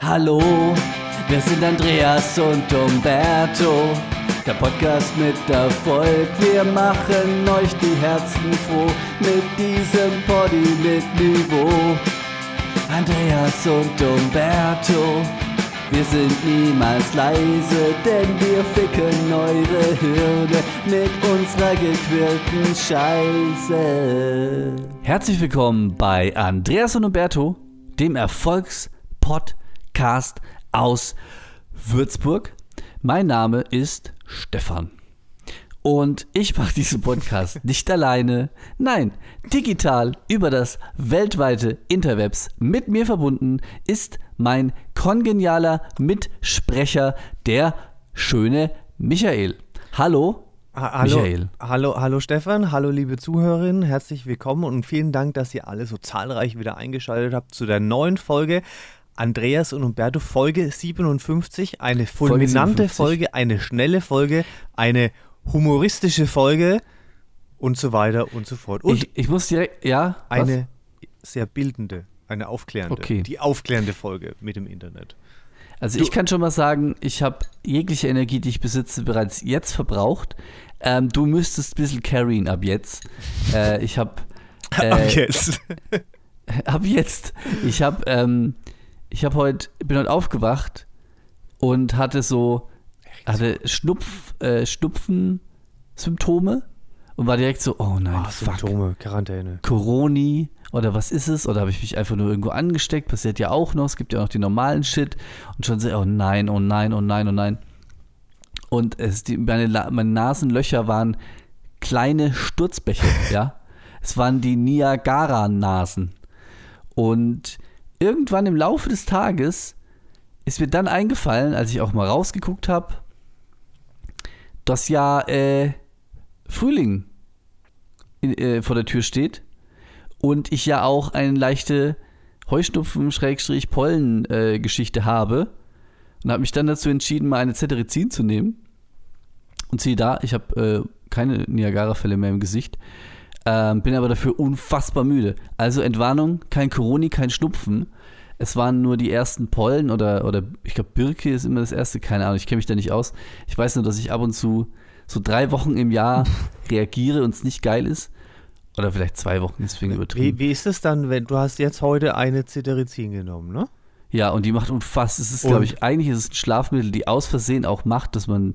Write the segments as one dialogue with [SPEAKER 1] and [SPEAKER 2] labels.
[SPEAKER 1] Hallo, wir sind Andreas und Umberto. Der Podcast mit Erfolg, wir machen euch die Herzen froh mit diesem Body mit Niveau. Andreas und Umberto, wir sind niemals leise, denn wir ficken eure Hirne mit unserer gequirlten Scheiße. Herzlich willkommen bei Andreas und Umberto, dem Erfolgspodcast aus Würzburg. Mein Name ist Stefan. Und ich mache diesen Podcast nicht alleine, nein, digital über das weltweite Interwebs mit mir verbunden ist mein kongenialer Mitsprecher, der schöne Michael. Hallo,
[SPEAKER 2] Ha- Hallo,
[SPEAKER 1] Michael.
[SPEAKER 2] hallo, hallo Stefan, hallo liebe Zuhörerinnen, herzlich willkommen und vielen Dank, dass ihr alle so zahlreich wieder eingeschaltet habt zu der neuen Folge Andreas und Umberto, Folge 57, eine
[SPEAKER 1] Folge
[SPEAKER 2] fulminante
[SPEAKER 1] 57.
[SPEAKER 2] Folge, eine schnelle Folge, eine humoristische Folge und so weiter und so fort. Und
[SPEAKER 1] ich, ich muss direkt, ja, was?
[SPEAKER 2] eine sehr bildende, eine aufklärende,
[SPEAKER 1] Okay.
[SPEAKER 2] die aufklärende Folge mit dem Internet.
[SPEAKER 1] Also ich kann schon mal sagen, ich habe jegliche Energie, die ich besitze, bereits jetzt verbraucht. Ähm, du müsstest ein bisschen carryen ab jetzt. Äh, ich habe
[SPEAKER 2] Ab
[SPEAKER 1] äh,
[SPEAKER 2] jetzt.
[SPEAKER 1] ab jetzt. Ich habe ähm, ich habe heute bin heute aufgewacht und hatte so hatte Schnupf äh, Schnupfen Symptome und war direkt so oh nein
[SPEAKER 2] Ah,
[SPEAKER 1] fuck
[SPEAKER 2] Symptome, Quarantäne.
[SPEAKER 1] Coroni oder was ist es? Oder habe ich mich einfach nur irgendwo angesteckt? Passiert ja auch noch. Es gibt ja auch noch den normalen Shit. Und schon so, oh nein, oh nein, oh nein, oh nein. Und es, die, meine, La- meine Nasenlöcher waren kleine Sturzbäche, ja. Es waren die Niagara-Nasen. Und irgendwann im Laufe des Tages ist mir dann eingefallen, als ich auch mal rausgeguckt habe, dass ja äh, Frühling in, äh, vor der Tür steht und ich ja auch eine leichte Heuschnupfen-Pollen-Geschichte habe und habe mich dann dazu entschieden, mal eine Cetirizin zu nehmen. Und siehe da, ich habe äh, keine Niagara-Fälle mehr im Gesicht, ähm, bin aber dafür unfassbar müde. Also Entwarnung, kein Coroni, kein Schnupfen. Es waren nur die ersten Pollen oder, oder ich glaube Birke ist immer das erste, keine Ahnung, ich kenne mich da nicht aus. Ich weiß nur, dass ich ab und zu so drei Wochen im Jahr reagiere und es nicht geil ist. Oder vielleicht zwei Wochen, deswegen übertrieben.
[SPEAKER 2] Wie, wie ist es dann, wenn du hast jetzt heute eine Cetirizin genommen, ne?
[SPEAKER 1] Ja, und die macht unfassbar. Es ist,
[SPEAKER 2] Und-
[SPEAKER 1] glaube ich, eigentlich ist es ein Schlafmittel, die aus Versehen auch macht, dass man,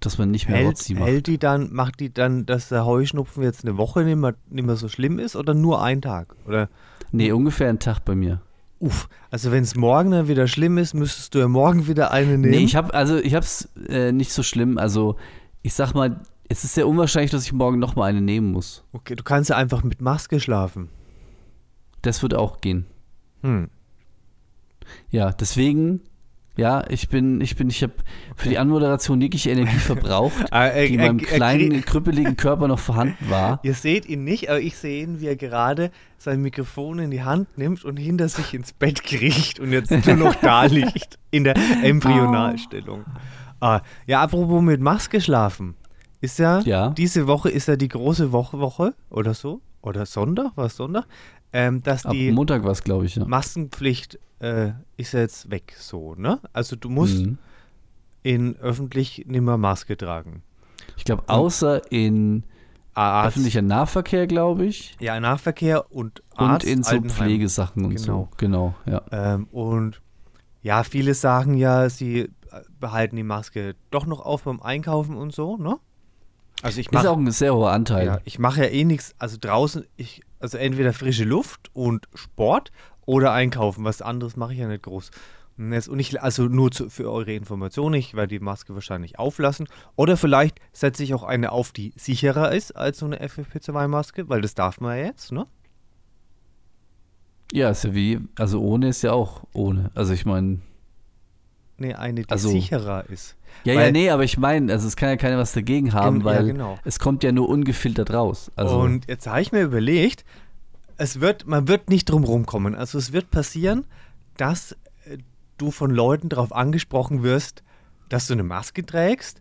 [SPEAKER 1] dass man nicht mehr
[SPEAKER 2] Hält,
[SPEAKER 1] Rotzi macht.
[SPEAKER 2] hält die dann, macht die dann, dass der Heuschnupfen jetzt eine Woche nicht mehr, nicht mehr so schlimm ist oder nur ein Tag? Oder
[SPEAKER 1] Nee, ungefähr einen Tag bei mir.
[SPEAKER 2] uff, also wenn es morgen dann wieder schlimm ist, müsstest du ja morgen wieder eine nehmen.
[SPEAKER 1] Nee, ich habe also ich hab's äh, nicht so schlimm. Also, ich sag mal, es ist sehr unwahrscheinlich, dass ich morgen nochmal eine nehmen muss.
[SPEAKER 2] okay, du kannst ja einfach mit Maske schlafen.
[SPEAKER 1] Das wird auch gehen.
[SPEAKER 2] Hm.
[SPEAKER 1] Ja, deswegen, ja, ich bin, ich bin, ich habe für die Anmoderation jegliche Energie verbraucht,
[SPEAKER 2] Äh, äh,
[SPEAKER 1] die in meinem
[SPEAKER 2] äh, äh,
[SPEAKER 1] kleinen,
[SPEAKER 2] Gre-
[SPEAKER 1] krüppeligen Körper noch vorhanden war.
[SPEAKER 2] Ihr seht ihn nicht, aber ich sehe ihn, wie er gerade sein Mikrofon in die Hand nimmt und hinter sich ins Bett kriecht und jetzt nur noch da liegt, in der
[SPEAKER 1] Ah.
[SPEAKER 2] Embryonalstellung. Ah, ja, apropos mit Maske schlafen. Ist ja,
[SPEAKER 1] Ja.
[SPEAKER 2] diese Woche ist ja die große Woche, Woche oder so, oder Sonntag, war es Sonntag, ähm, dass
[SPEAKER 1] Ab
[SPEAKER 2] die
[SPEAKER 1] Montag war es, glaube ich. Ja.
[SPEAKER 2] Maskenpflicht äh, ist ja jetzt weg, so, ne? Also du musst
[SPEAKER 1] Mhm.
[SPEAKER 2] in öffentlich nimmer Maske tragen.
[SPEAKER 1] Ich glaube, außer in
[SPEAKER 2] Ah, Arzt,
[SPEAKER 1] öffentlicher Nahverkehr, glaube ich.
[SPEAKER 2] ja, Nahverkehr und
[SPEAKER 1] Und
[SPEAKER 2] Arzt,
[SPEAKER 1] in so
[SPEAKER 2] Altenheim.
[SPEAKER 1] Pflegesachen und so. Genau, ja.
[SPEAKER 2] Ähm, und ja, viele sagen ja, sie äh, behalten die Maske doch noch auf beim Einkaufen und so, ne? Also ich
[SPEAKER 1] Ist auch
[SPEAKER 2] mache
[SPEAKER 1] ein sehr hoher Anteil.
[SPEAKER 2] ja, ich mache ja eh nichts, also draußen, ich, also entweder frische Luft und Sport oder einkaufen, was anderes mache ich ja nicht groß. Und jetzt- und ich, also nur zu, für eure Information, ich werde die Maske wahrscheinlich auflassen. Oder vielleicht setze ich auch eine auf, die sicherer ist als so eine FFP2-Maske, weil das darf man ja jetzt, ne?
[SPEAKER 1] Ja, ist ja wie, also ohne ist ja auch ohne. Also ich meine,
[SPEAKER 2] Ne, eine, die
[SPEAKER 1] Also-
[SPEAKER 2] sicherer ist.
[SPEAKER 1] ja, ja,
[SPEAKER 2] Weil-
[SPEAKER 1] nee, aber ich meine, also es kann ja keiner was dagegen haben,
[SPEAKER 2] Gen- ja,
[SPEAKER 1] weil
[SPEAKER 2] genau.
[SPEAKER 1] es kommt ja nur ungefiltert raus. Also
[SPEAKER 2] Und jetzt habe ich mir überlegt, es wird, man wird nicht drum rumkommen. Also es wird passieren, dass äh, du von Leuten darauf angesprochen wirst, dass du eine Maske trägst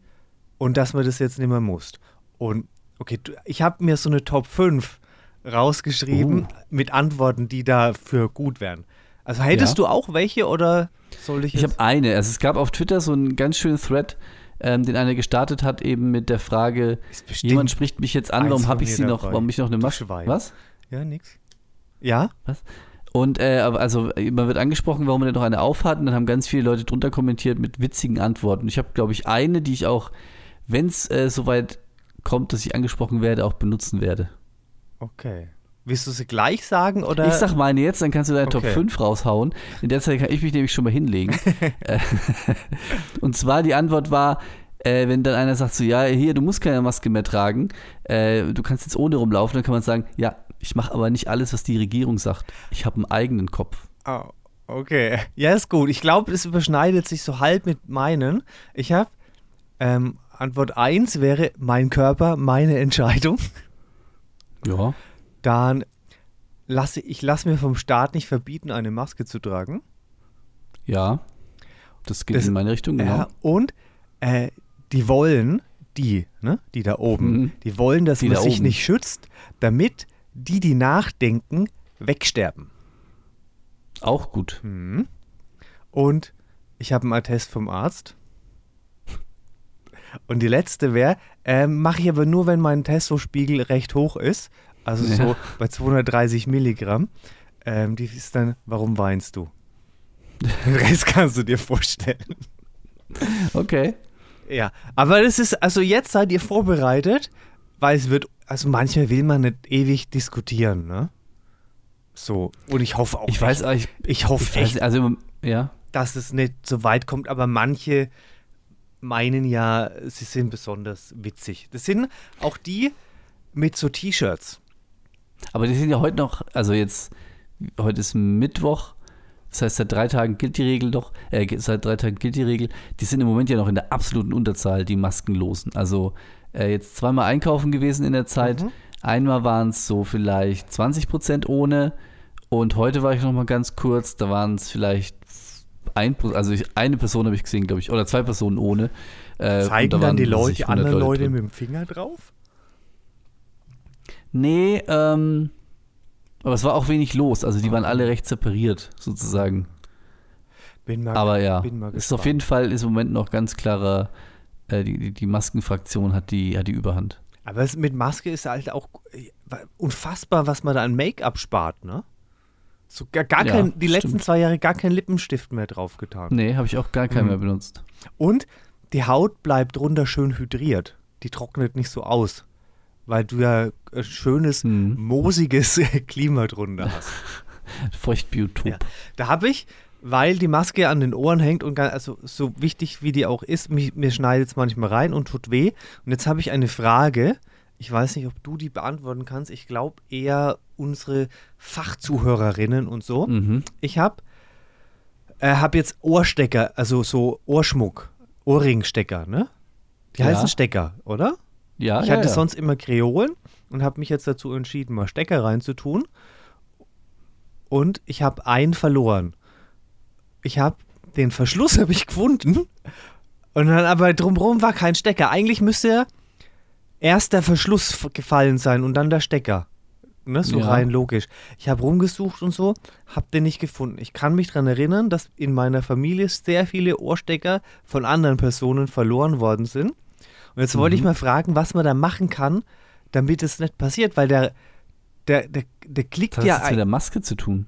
[SPEAKER 2] und dass man das jetzt nicht mehr musst. Und okay, du, ich habe mir so eine Top 5 rausgeschrieben
[SPEAKER 1] Uh.
[SPEAKER 2] mit Antworten, die dafür gut wären. Also hättest
[SPEAKER 1] Ja.
[SPEAKER 2] du auch welche oder soll ich
[SPEAKER 1] Ich
[SPEAKER 2] jetzt?
[SPEAKER 1] habe eine. Also es gab auf Twitter so einen ganz schönen Thread, ähm, den einer gestartet hat, eben mit der Frage,
[SPEAKER 2] Ist bestimmt
[SPEAKER 1] jemand spricht mich jetzt an,
[SPEAKER 2] eins
[SPEAKER 1] warum
[SPEAKER 2] von
[SPEAKER 1] habe ich
[SPEAKER 2] mir
[SPEAKER 1] sie noch,
[SPEAKER 2] dabei.
[SPEAKER 1] warum ich noch eine
[SPEAKER 2] Du
[SPEAKER 1] Masche.
[SPEAKER 2] Schwein.
[SPEAKER 1] Was?
[SPEAKER 2] Ja, nix. Ja?
[SPEAKER 1] Und äh, aber also äh, man wird angesprochen, warum man denn noch eine aufhat und dann haben ganz viele Leute drunter kommentiert mit witzigen Antworten. Ich habe, glaube ich, eine, die ich auch, wenn es äh, soweit kommt, dass ich angesprochen werde, auch benutzen werde.
[SPEAKER 2] Okay. Willst du sie gleich sagen oder?
[SPEAKER 1] ich sag meine jetzt, dann kannst du deinen Top
[SPEAKER 2] Okay.
[SPEAKER 1] 5 raushauen. In der Zeit kann ich mich nämlich schon mal hinlegen. Äh, und zwar die Antwort war, äh, wenn dann einer sagt so, ja, hier, du musst keine Maske mehr tragen, äh, du kannst jetzt ohne rumlaufen, dann kann man sagen, ja, ich mache aber nicht alles, was die Regierung sagt. Ich habe einen eigenen Kopf.
[SPEAKER 2] Ah, okay. Ja, ist gut. Ich glaube, es überschneidet sich so halb mit meinen. Ich habe ähm, Antwort 1 wäre mein Körper, meine Entscheidung.
[SPEAKER 1] Ja.
[SPEAKER 2] Dann lasse ich lasse mir vom Staat nicht verbieten, eine Maske zu tragen.
[SPEAKER 1] Ja. Das geht
[SPEAKER 2] Das-
[SPEAKER 1] in meine Richtung, genau.
[SPEAKER 2] Ja, und äh, die wollen, die, ne, die da oben,
[SPEAKER 1] Mhm.
[SPEAKER 2] die wollen, dass
[SPEAKER 1] Die
[SPEAKER 2] man
[SPEAKER 1] da
[SPEAKER 2] sich
[SPEAKER 1] oben.
[SPEAKER 2] nicht schützt, damit die, die nachdenken, wegsterben.
[SPEAKER 1] Auch gut.
[SPEAKER 2] Mhm. Und ich habe einen Attest vom Arzt. Und die letzte wäre, ähm, mache ich aber nur, wenn mein Testospiegel recht hoch ist, also
[SPEAKER 1] Ja.
[SPEAKER 2] so bei 230 Milligramm. Ähm, die ist dann, warum weinst du? Den Rest kannst du dir vorstellen.
[SPEAKER 1] Okay.
[SPEAKER 2] Ja, aber das ist, also jetzt seid ihr vorbereitet, weil es wird, also manchmal will man nicht ewig diskutieren, ne? So, und ich hoffe auch,
[SPEAKER 1] Ich weiß, aber ich,
[SPEAKER 2] ich hoffe
[SPEAKER 1] ich
[SPEAKER 2] echt,
[SPEAKER 1] weiß, also, im- ja.
[SPEAKER 2] dass es nicht so weit kommt, aber manche meinen ja, sie sind besonders witzig. Das sind auch die mit so T-Shirts.
[SPEAKER 1] Aber die sind ja heute noch, also jetzt, heute ist Mittwoch, das heißt, seit drei Tagen gilt die Regel doch, äh, seit drei Tagen gilt die Regel, die sind im Moment ja noch in der absoluten Unterzahl, die Maskenlosen. Also äh, jetzt zweimal einkaufen gewesen in der Zeit,
[SPEAKER 2] Mhm.
[SPEAKER 1] einmal waren es so vielleicht 20 Prozent ohne und heute war ich noch mal ganz kurz, da waren es vielleicht ein, Pro- also ich, eine Person habe ich gesehen, glaube ich, oder zwei Personen ohne. Äh, und
[SPEAKER 2] Zeigen
[SPEAKER 1] da
[SPEAKER 2] dann
[SPEAKER 1] waren,
[SPEAKER 2] die
[SPEAKER 1] was weiß
[SPEAKER 2] Leute,
[SPEAKER 1] ich,
[SPEAKER 2] die
[SPEAKER 1] 100
[SPEAKER 2] anderen Leute
[SPEAKER 1] drin.
[SPEAKER 2] mit dem Finger drauf?
[SPEAKER 1] Nee, ähm, aber es war auch wenig los. Also die waren alle recht separiert, sozusagen.
[SPEAKER 2] Bin mal,
[SPEAKER 1] Aber ja,
[SPEAKER 2] bin mal
[SPEAKER 1] ist auf
[SPEAKER 2] gespannt.
[SPEAKER 1] jeden Fall ist im Moment noch ganz klarer, äh, die, die, die Maskenfraktion hat die, hat die Überhand.
[SPEAKER 2] Aber es, mit Maske ist halt auch äh, unfassbar, was man da an Make-up spart, ne? So gar, gar
[SPEAKER 1] Ja,
[SPEAKER 2] kein, die
[SPEAKER 1] stimmt.
[SPEAKER 2] letzten zwei Jahre gar keinen Lippenstift mehr draufgetan.
[SPEAKER 1] Nee, habe ich auch gar
[SPEAKER 2] Mhm.
[SPEAKER 1] keinen mehr benutzt.
[SPEAKER 2] Und die Haut bleibt drunter schön hydriert. Die trocknet nicht so aus, weil du ja äh, schönes,
[SPEAKER 1] Mhm.
[SPEAKER 2] moosiges Klima drunter hast.
[SPEAKER 1] Feuchtbiotop.
[SPEAKER 2] Ja. Da habe ich, weil die Maske an den Ohren hängt und gar, also so wichtig wie die auch ist, mich, mir schneidet es manchmal rein und tut weh. Und jetzt habe ich eine Frage. Ich weiß nicht, ob du die beantworten kannst. Ich glaube eher unsere Fachzuhörerinnen und so.
[SPEAKER 1] Mhm.
[SPEAKER 2] Ich habe äh, hab jetzt Ohrstecker, also so Ohrschmuck, Ohrringstecker, ne? Die
[SPEAKER 1] Ja.
[SPEAKER 2] heißen Stecker, oder?
[SPEAKER 1] ja
[SPEAKER 2] Ich
[SPEAKER 1] ja,
[SPEAKER 2] hatte
[SPEAKER 1] ja.
[SPEAKER 2] sonst immer Kreolen und habe mich jetzt dazu entschieden, mal Stecker reinzutun. Und ich habe einen verloren. Ich habe den Verschluss habe ich gefunden. Und dann aber drumherum war kein Stecker. Eigentlich müsste erst der Verschluss f- gefallen sein und dann der Stecker. Ne, so
[SPEAKER 1] Ja.
[SPEAKER 2] rein logisch. Ich habe rumgesucht und so, habe den nicht gefunden. Ich kann mich daran erinnern, dass in meiner Familie sehr viele Ohrstecker von anderen Personen verloren worden sind. Und jetzt wollte ich mal fragen, was man da machen kann, damit es nicht passiert, weil der, der, der, der klickt
[SPEAKER 1] Das hat
[SPEAKER 2] ja,
[SPEAKER 1] nichts mit
[SPEAKER 2] ein,
[SPEAKER 1] der Maske zu tun.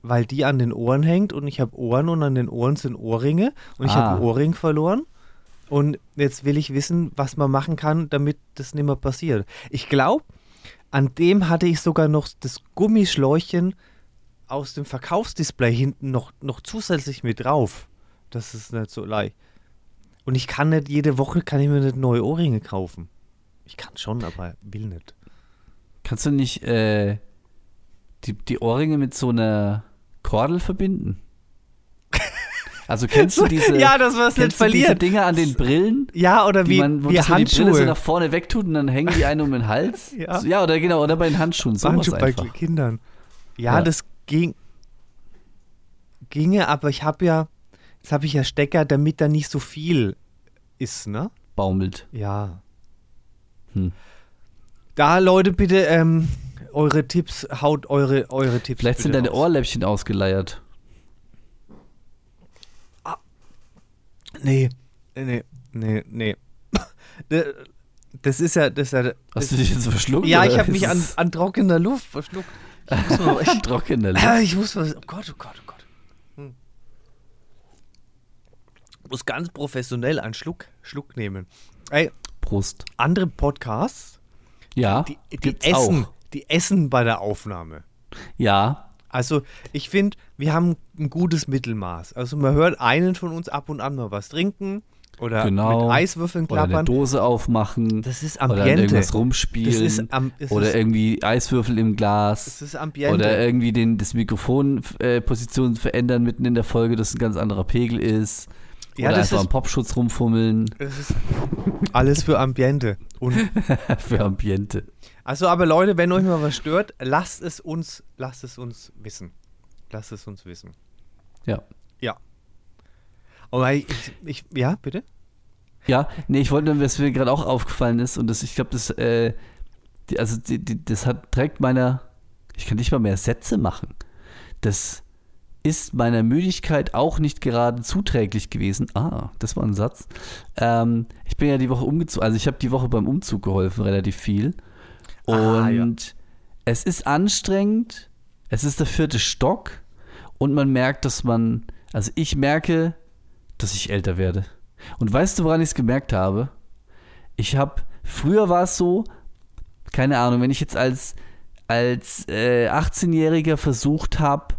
[SPEAKER 2] weil die an den Ohren hängt und ich habe Ohren und an den Ohren sind Ohrringe und ich
[SPEAKER 1] Ah.
[SPEAKER 2] habe einen Ohrring verloren. Und jetzt will ich wissen, was man machen kann, damit das nicht mehr passiert. Ich glaube, an dem hatte ich sogar noch das Gummischläuchchen aus dem Verkaufsdisplay hinten noch, noch zusätzlich mit drauf. Das ist nicht so leicht. Und ich kann nicht, jede Woche kann ich mir nicht neue Ohrringe kaufen. Ich kann schon, aber will nicht.
[SPEAKER 1] Kannst du nicht äh, die, die Ohrringe mit so einer Kordel verbinden? Also kennst du diese,
[SPEAKER 2] ja, dass man es nicht
[SPEAKER 1] kennst du diese
[SPEAKER 2] verliert.
[SPEAKER 1] Dinger an den Brillen?
[SPEAKER 2] Ja, oder
[SPEAKER 1] die
[SPEAKER 2] wie,
[SPEAKER 1] man, wo
[SPEAKER 2] wie
[SPEAKER 1] das man die Brille so
[SPEAKER 2] Handschuhe.
[SPEAKER 1] nach vorne wegtut und dann hängen die einen um den Hals.
[SPEAKER 2] Ja.
[SPEAKER 1] So, ja, oder genau, oder bei den Handschuhen. So
[SPEAKER 2] Banjo bei
[SPEAKER 1] einfach.
[SPEAKER 2] Kindern. Ja,
[SPEAKER 1] Ja.
[SPEAKER 2] das ging, ginge, aber ich habe ja, jetzt habe ich ja Stecker, damit da nicht so viel ist, ne?
[SPEAKER 1] Baumelt.
[SPEAKER 2] Ja.
[SPEAKER 1] Hm.
[SPEAKER 2] Da, Leute, bitte ähm, eure Tipps, haut eure, eure Tipps.
[SPEAKER 1] Vielleicht sind
[SPEAKER 2] bitte
[SPEAKER 1] deine
[SPEAKER 2] raus.
[SPEAKER 1] Ohrläppchen ausgeleiert.
[SPEAKER 2] Nee, nee, nee, nee. Das ist ja, das ist ja,
[SPEAKER 1] Hast du dich jetzt verschluckt?
[SPEAKER 2] ja,
[SPEAKER 1] oder
[SPEAKER 2] ich habe
[SPEAKER 1] ist
[SPEAKER 2] mich an,
[SPEAKER 1] es
[SPEAKER 2] an trockener Luft verschluckt. Ich muss mal, ich,
[SPEAKER 1] trockene Lippen?
[SPEAKER 2] Ah, ich muss was. Oh Gott, oh Gott, oh Gott. Hm. Muss ganz professionell einen Schluck, Schluck nehmen. Ey,
[SPEAKER 1] Prost.
[SPEAKER 2] andere Podcasts,
[SPEAKER 1] Ja,
[SPEAKER 2] die, die
[SPEAKER 1] gibt's
[SPEAKER 2] essen,
[SPEAKER 1] auch.
[SPEAKER 2] die essen bei der Aufnahme.
[SPEAKER 1] Ja,
[SPEAKER 2] Also, ich finde, wir haben ein gutes Mittelmaß. Also, man hört einen von uns ab und an mal was trinken oder
[SPEAKER 1] genau.
[SPEAKER 2] mit Eiswürfeln
[SPEAKER 1] Oder eine
[SPEAKER 2] klappern.
[SPEAKER 1] Dose aufmachen.
[SPEAKER 2] Das ist
[SPEAKER 1] Oder an
[SPEAKER 2] Ambiente.
[SPEAKER 1] irgendwas rumspielen.
[SPEAKER 2] Das ist am- es
[SPEAKER 1] oder
[SPEAKER 2] ist-
[SPEAKER 1] irgendwie Eiswürfel im
[SPEAKER 2] Das
[SPEAKER 1] Glas.
[SPEAKER 2] ist Ambiente.
[SPEAKER 1] Oder irgendwie den, das Mikrofon äh, Position verändern mitten in der Folge, dass ein ganz anderer Pegel ist.
[SPEAKER 2] Ja,
[SPEAKER 1] oder
[SPEAKER 2] das
[SPEAKER 1] einfach
[SPEAKER 2] ist-
[SPEAKER 1] am Popschutz rumfummeln
[SPEAKER 2] das ist alles für Ambiente. Und,
[SPEAKER 1] für Ambiente.
[SPEAKER 2] also, aber Leute, wenn euch mal was stört, lasst es uns, lasst es uns wissen. Lasst es uns wissen.
[SPEAKER 1] Ja.
[SPEAKER 2] Ja. Aber ich, ich, ja, bitte?
[SPEAKER 1] Ja, nee, ich wollte nur, was mir gerade auch aufgefallen ist und das, ich glaube, das, äh, die, also die, die, das hat direkt meiner, ich kann nicht mal mehr Sätze machen. Das ist meiner Müdigkeit auch nicht gerade zuträglich gewesen. Ah, das war ein Satz. Ähm, ich bin ja die Woche umgezogen, also ich habe die Woche beim Umzug geholfen, relativ viel. Und
[SPEAKER 2] Ah, ja.
[SPEAKER 1] es ist anstrengend, es ist der vierte Stock und man merkt, dass man, also ich merke, dass ich älter werde. Und weißt du, woran ich es gemerkt habe? Ich habe, früher war es so, keine Ahnung, wenn ich jetzt als, als äh, 18-Jähriger versucht habe,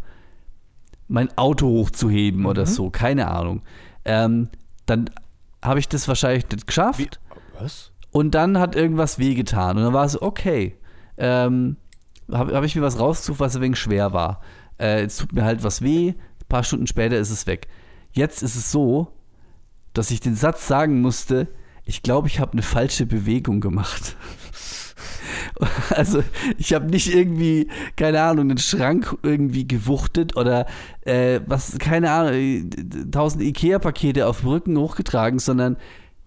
[SPEAKER 1] mein Auto hochzuheben oder so, keine Ahnung, ähm, dann habe ich das wahrscheinlich nicht geschafft.
[SPEAKER 2] Was?
[SPEAKER 1] Und dann hat irgendwas wehgetan. Und dann war es so, okay. Ähm, habe hab ich mir was rausgesucht, was ein wenig schwer war. Äh, es tut mir halt was weh. Ein paar Stunden später ist es weg. Jetzt ist es so, dass ich den Satz sagen musste, ich glaube, ich habe eine falsche Bewegung gemacht. Also ich habe nicht irgendwie, keine Ahnung, einen Schrank irgendwie gewuchtet oder äh, was, keine Ahnung, äh, tausend Ikea-Pakete auf dem Rücken hochgetragen, sondern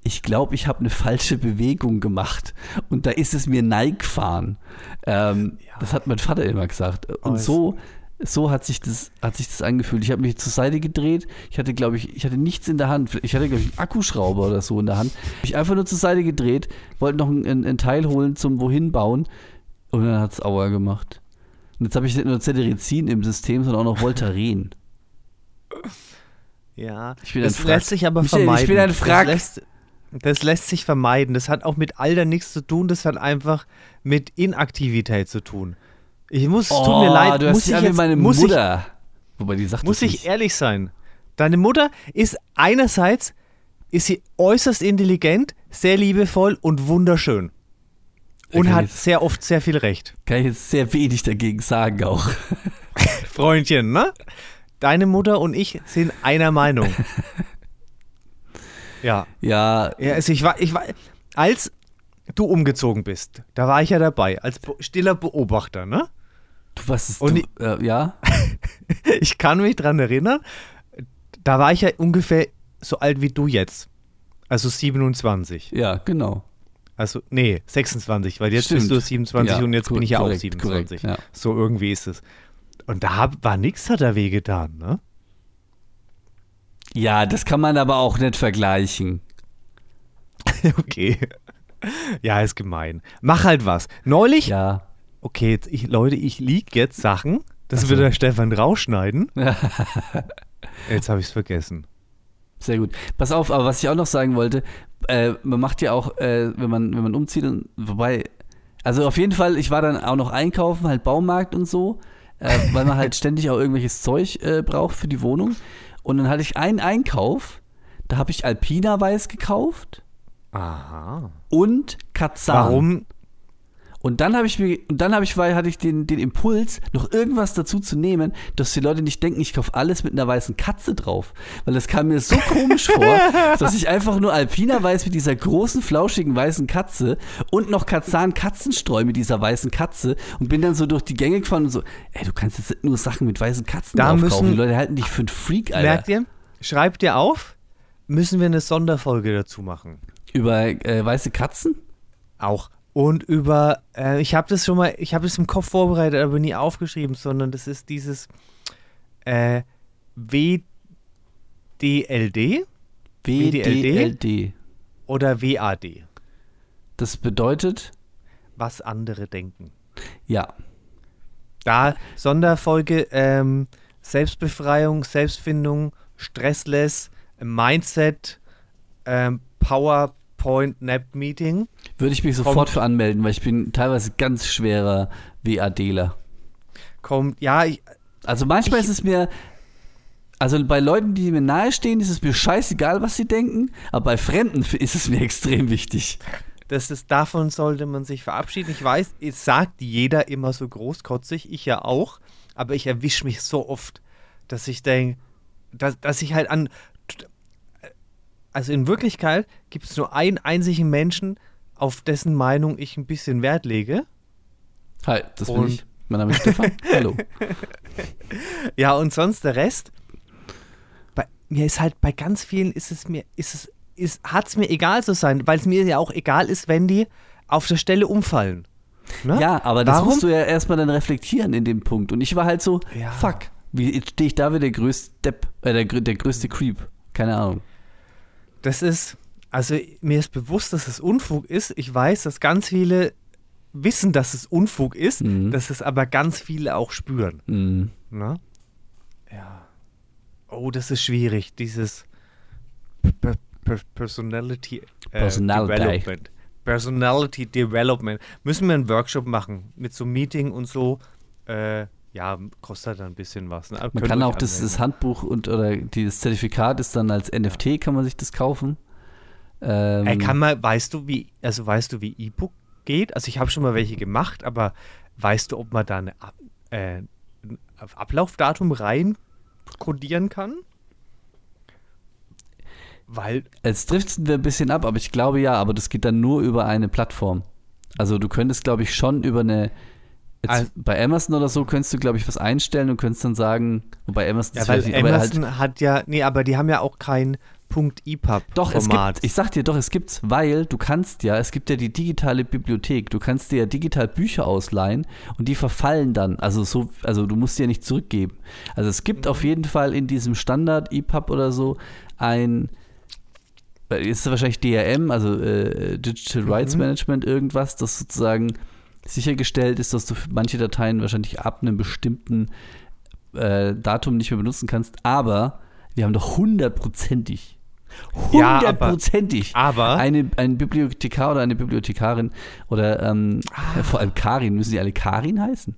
[SPEAKER 1] ich glaube, ich habe eine falsche Bewegung gemacht. Und da ist es mir Nike gefahren. Ähm, Das hat mein Vater immer gesagt. Und
[SPEAKER 2] Aber es-
[SPEAKER 1] so, so hat sich das, hat sich das angefühlt. Ich habe mich zur Seite gedreht. Ich hatte, glaube ich, ich hatte nichts in der Hand. Ich hatte, glaube ich, einen Akkuschrauber oder so in der Hand. Ich einfach nur zur Seite gedreht, wollte noch einen, einen Teil holen zum Wohin bauen. Und dann hat es Aua gemacht. Und jetzt habe ich nicht nur Cetirizin im System, sondern auch noch Voltaren.
[SPEAKER 2] Ja.
[SPEAKER 1] Ich bin
[SPEAKER 2] das
[SPEAKER 1] ein Frack.
[SPEAKER 2] lässt sich aber
[SPEAKER 1] Michael, ich
[SPEAKER 2] vermeiden.
[SPEAKER 1] bin ein Frack.
[SPEAKER 2] Das lässt, das lässt sich vermeiden. Das hat auch mit Alter nichts zu tun. Das hat einfach mit Inaktivität zu tun. Ich muss, es tut mir leid,
[SPEAKER 1] Oh, du hast
[SPEAKER 2] muss
[SPEAKER 1] dich
[SPEAKER 2] ich
[SPEAKER 1] an wie
[SPEAKER 2] jetzt,
[SPEAKER 1] meine
[SPEAKER 2] muss ich
[SPEAKER 1] Mutter. Wobei die sagt
[SPEAKER 2] muss
[SPEAKER 1] das
[SPEAKER 2] ich
[SPEAKER 1] nicht.
[SPEAKER 2] ehrlich sein. Deine Mutter ist einerseits ist sie äußerst intelligent, sehr liebevoll und wunderschön. Und
[SPEAKER 1] Okay,
[SPEAKER 2] hat
[SPEAKER 1] jetzt-
[SPEAKER 2] sehr oft sehr viel Recht.
[SPEAKER 1] Kann ich jetzt sehr wenig dagegen sagen auch.
[SPEAKER 2] Freundchen, ne? Deine Mutter und ich sind einer Meinung. ja.
[SPEAKER 1] Ja,
[SPEAKER 2] ja. Also ich war, ich war, als du umgezogen bist, da war ich ja dabei, als be stiller Beobachter, ne?
[SPEAKER 1] du was ist
[SPEAKER 2] Und
[SPEAKER 1] du, äh, ja?
[SPEAKER 2] Ich kann mich dran erinnern, da war ich ja ungefähr so alt wie du jetzt. Also 27.
[SPEAKER 1] Ja, genau.
[SPEAKER 2] Also, nee, 26, weil jetzt bist
[SPEAKER 1] Stimmt.
[SPEAKER 2] du 27
[SPEAKER 1] Ja,
[SPEAKER 2] und jetzt
[SPEAKER 1] kor-
[SPEAKER 2] bin ich ja auch
[SPEAKER 1] korrekt,
[SPEAKER 2] 27.
[SPEAKER 1] korrekt, ja.
[SPEAKER 2] So irgendwie ist es. Und da hab, war nichts, hat er wehgetan, ne?
[SPEAKER 1] Ja, das kann man aber auch nicht vergleichen.
[SPEAKER 2] okay. Ja, ist gemein. Mach halt was. Neulich,
[SPEAKER 1] Ja.
[SPEAKER 2] okay, jetzt, ich, Leute, ich lieg jetzt Sachen. Das
[SPEAKER 1] Ach so.
[SPEAKER 2] wird der Stefan rausschneiden. jetzt habe ich es vergessen.
[SPEAKER 1] Sehr gut. Pass auf, aber was ich auch noch sagen wollte, äh, man macht ja auch, äh, wenn man, wenn man umzieht und wobei, also auf jeden Fall, ich war dann auch noch einkaufen, halt Baumarkt und so, äh, weil man halt ständig auch irgendwelches Zeug äh, braucht für die Wohnung. Und dann hatte ich einen Einkauf, da habe ich Alpina Weiß gekauft Ah,
[SPEAKER 2] Aha.
[SPEAKER 1] und Kazan.
[SPEAKER 2] Warum?
[SPEAKER 1] Und dann habe ich mir, und dann habe ich, weil hatte ich den, den Impuls, noch irgendwas dazu zu nehmen, dass die Leute nicht denken, ich kaufe alles mit einer weißen Katze drauf. Weil das kam mir so komisch vor, dass ich einfach nur Alpina weiß mit dieser großen, flauschigen weißen Katze und noch Kazan Katzenstreu mit dieser weißen Katze und bin dann so durch die Gänge gefahren und so, ey, du kannst jetzt nicht nur Sachen mit weißen Katzen
[SPEAKER 2] Da
[SPEAKER 1] drauf
[SPEAKER 2] müssen-
[SPEAKER 1] kaufen. Die Leute halten dich für einen Freak, Alter.
[SPEAKER 2] Merkt ihr? Schreibt ihr auf? Müssen wir eine Sonderfolge dazu machen?
[SPEAKER 1] Über äh, weiße Katzen?
[SPEAKER 2] Auch. Und über, äh, ich habe das schon mal, ich habe es im Kopf vorbereitet, aber nie aufgeschrieben, sondern das ist dieses äh, WDLD. WDLD?
[SPEAKER 1] WDLD.
[SPEAKER 2] Oder WAD.
[SPEAKER 1] Das bedeutet,
[SPEAKER 2] Was andere denken.
[SPEAKER 1] ja,
[SPEAKER 2] Da Sonderfolge ähm, Selbstbefreiung, Selbstfindung, Stressless, Mindset, ähm, PowerPoint Nap Meeting.
[SPEAKER 1] würde ich mich sofort für anmelden, weil ich bin teilweise ganz schwerer WADler.
[SPEAKER 2] Kommt, ja, ich,
[SPEAKER 1] Also manchmal ist es mir, also bei Leuten, die mir nahestehen, ist es mir scheißegal, was sie denken, aber bei Fremden f- ist es mir extrem wichtig.
[SPEAKER 2] das ist, davon sollte man sich verabschieden. Ich weiß, es sagt jeder immer so großkotzig, ich ja auch, aber ich erwische mich so oft, dass ich denke, dass, dass ich halt an. Also in Wirklichkeit gibt es nur einen einzigen Menschen, auf dessen Meinung ich ein bisschen Wert lege.
[SPEAKER 1] Hi, das bin
[SPEAKER 2] Und-
[SPEAKER 1] ich. Mein Name ist Stefan. Hallo.
[SPEAKER 2] Ja, und sonst der Rest. Bei, mir ist halt bei ganz vielen ist es mir, ist es, ist, hat es mir egal zu sein, weil es mir ja auch egal ist, wenn die auf der Stelle umfallen. Ne?
[SPEAKER 1] Ja, aber das
[SPEAKER 2] Warum?
[SPEAKER 1] musst du ja erstmal dann reflektieren in dem Punkt. Und ich war halt so,
[SPEAKER 2] Ja.
[SPEAKER 1] fuck, wie stehe ich da wie der größte Depp, äh, der, grö- der größte Creep? Keine Ahnung.
[SPEAKER 2] Das ist, also mir ist bewusst, dass es Unfug ist. Ich weiß, dass ganz viele wissen, dass es Unfug ist,
[SPEAKER 1] Mhm.
[SPEAKER 2] dass es aber ganz viele auch spüren.
[SPEAKER 1] Mhm.
[SPEAKER 2] Ne? Ja. Oh, das ist schwierig, dieses Pe- Pe- Personality, äh,
[SPEAKER 1] Personality.
[SPEAKER 2] Development. Personality Development. Müssen wir einen Workshop machen mit so Meeting und so. Äh, ja, kostet dann ein bisschen was. Ne? Aber
[SPEAKER 1] Man
[SPEAKER 2] könnt
[SPEAKER 1] kann
[SPEAKER 2] euch
[SPEAKER 1] auch das, das
[SPEAKER 2] anmelden.
[SPEAKER 1] Handbuch und oder dieses Zertifikat ist dann als NFT, kann man sich das kaufen. Ähm,
[SPEAKER 2] Ey, Äh, kann man, weißt du, wie, also weißt du, wie E-Book geht? Also ich habe schon mal welche gemacht, aber weißt du, ob man da eine Ab äh, ein Ablaufdatum rein kodieren kann? Weil
[SPEAKER 1] Jetzt driften wir ein bisschen ab, aber ich glaube ja, aber das geht dann nur über eine Plattform. Also du könntest, glaube ich, schon über eine. Jetzt
[SPEAKER 2] Also-
[SPEAKER 1] bei Amazon oder so könntest du, glaube ich, was einstellen und könntest dann sagen, wobei Amazon
[SPEAKER 2] Ja,
[SPEAKER 1] ist
[SPEAKER 2] weil
[SPEAKER 1] vielleicht nicht, aber halt,
[SPEAKER 2] Amazon hat ja, nee, aber die haben ja auch kein Punkt E EPUB
[SPEAKER 1] Doch, es
[SPEAKER 2] Format.
[SPEAKER 1] gibt, ich sag dir doch, es gibt's, weil du kannst ja, es gibt ja die digitale Bibliothek, du kannst dir ja digital Bücher ausleihen und die verfallen dann, also so, also du musst die ja nicht zurückgeben. Also es gibt auf jeden Fall in diesem Standard E EPUB oder so ein, äh, ist wahrscheinlich DRM, also äh, Digital
[SPEAKER 2] Mhm.
[SPEAKER 1] Rights Management irgendwas, das sozusagen sichergestellt ist, dass du für manche Dateien wahrscheinlich ab einem bestimmten äh, Datum nicht mehr benutzen kannst, aber wir haben doch hundertprozentig,
[SPEAKER 2] Ja, aber-
[SPEAKER 1] hundertprozentig
[SPEAKER 2] aber-
[SPEAKER 1] eine, ein Bibliothekar oder eine Bibliothekarin oder ähm,
[SPEAKER 2] Ah.
[SPEAKER 1] vor allem Karin, müssen die alle Karin heißen?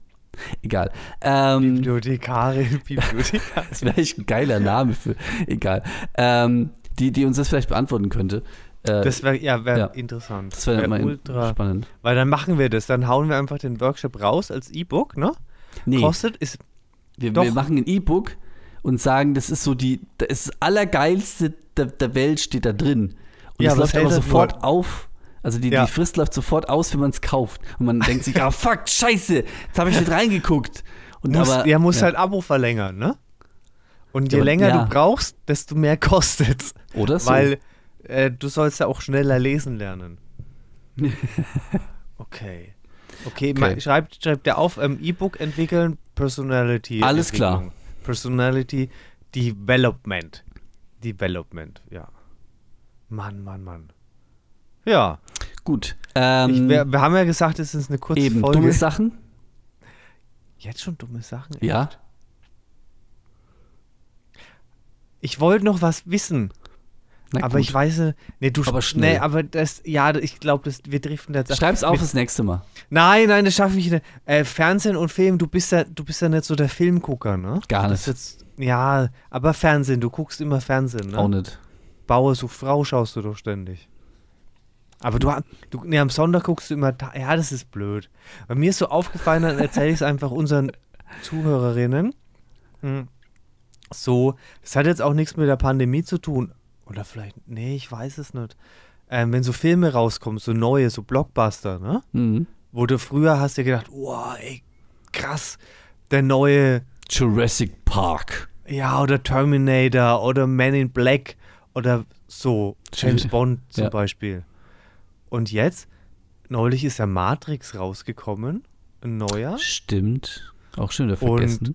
[SPEAKER 1] Egal. Ähm,
[SPEAKER 2] Bibliothekarin, Bibliothekarin.
[SPEAKER 1] das wäre echt ein geiler Name für, egal. Ähm, die, die uns das vielleicht beantworten könnte. Äh,
[SPEAKER 2] Das wäre ja, wär
[SPEAKER 1] Ja.
[SPEAKER 2] interessant.
[SPEAKER 1] das wäre mal in-
[SPEAKER 2] ultra.
[SPEAKER 1] spannend.
[SPEAKER 2] Weil dann machen wir das. Dann hauen wir einfach den Workshop raus als E-Book, ne?
[SPEAKER 1] Nee,
[SPEAKER 2] Kostet ist.
[SPEAKER 1] wir, wir
[SPEAKER 2] doch.
[SPEAKER 1] machen ein E-Book und sagen, das ist so die, das, ist das Allergeilste der, der Welt steht da drin. Und
[SPEAKER 2] Ja,
[SPEAKER 1] es
[SPEAKER 2] aber
[SPEAKER 1] läuft aber
[SPEAKER 2] das hält halt
[SPEAKER 1] sofort
[SPEAKER 2] nur-
[SPEAKER 1] auf. Also die,
[SPEAKER 2] Ja.
[SPEAKER 1] die Frist läuft sofort aus, wenn man es kauft. Und man denkt sich, ah fuck, scheiße, jetzt habe ich nicht reingeguckt. Und
[SPEAKER 2] Muss,
[SPEAKER 1] aber,
[SPEAKER 2] ja, musst
[SPEAKER 1] ja.
[SPEAKER 2] halt Abo verlängern, ne? Und
[SPEAKER 1] Ja,
[SPEAKER 2] je
[SPEAKER 1] aber-
[SPEAKER 2] länger
[SPEAKER 1] ja.
[SPEAKER 2] du brauchst, desto mehr kostet's.
[SPEAKER 1] Oder so.
[SPEAKER 2] Weil äh, du sollst ja auch schneller lesen lernen. okay. Okay,
[SPEAKER 1] Okay.
[SPEAKER 2] Ma, schreibt, schreibt der auf, ähm, E-Book entwickeln, Personality.
[SPEAKER 1] Alles klar.
[SPEAKER 2] Entwicklung. Personality Development. Development, ja. Mann, Mann, Mann. Ja,
[SPEAKER 1] Gut. Ähm,
[SPEAKER 2] ich, wir, wir haben ja gesagt, es ist eine kurze
[SPEAKER 1] eben,
[SPEAKER 2] Folge.
[SPEAKER 1] dumme Sachen.
[SPEAKER 2] Jetzt schon dumme Sachen?
[SPEAKER 1] Ja.
[SPEAKER 2] Ich wollte noch was wissen,
[SPEAKER 1] Na
[SPEAKER 2] aber ich weiß, äh, nee, du
[SPEAKER 1] Aber
[SPEAKER 2] sch-
[SPEAKER 1] schnell.
[SPEAKER 2] Nee, aber das, ja, ich glaube, wir driften da.
[SPEAKER 1] Schreib's auf das nächste Mal.
[SPEAKER 2] Nein, nein, das schaffe ich nicht. Äh, Fernsehen und Film, du bist ja, du bist ja nicht so der Filmgucker, ne?
[SPEAKER 1] Gar
[SPEAKER 2] Das
[SPEAKER 1] nicht.
[SPEAKER 2] ist jetzt, ja, aber Fernsehen, du guckst immer Fernsehen, ne?
[SPEAKER 1] Auch nicht.
[SPEAKER 2] Bauer sucht Frau schaust du doch ständig. Aber du, ha- du nee, am Sonntag guckst du immer, Ta- ja, das ist blöd. Bei mir ist so aufgefallen, dann erzähle ich es einfach unseren Zuhörerinnen. Hm. So, das hat jetzt auch nichts mit der Pandemie zu tun. Oder vielleicht, nee, ich weiß es nicht. Ähm, wenn so Filme rauskommen, so neue, so Blockbuster, ne?
[SPEAKER 1] Mhm.
[SPEAKER 2] wo du früher hast dir gedacht, wow, ey, krass, der neue,
[SPEAKER 1] Jurassic Park.
[SPEAKER 2] ja, oder Terminator oder Man in Black oder so, James
[SPEAKER 1] Schön.
[SPEAKER 2] Bond zum
[SPEAKER 1] Ja.
[SPEAKER 2] Beispiel. Und jetzt, neulich ist ja Matrix rausgekommen, ein neuer.
[SPEAKER 1] Stimmt. Auch schon wieder
[SPEAKER 2] Hm? Und-
[SPEAKER 1] vergessen.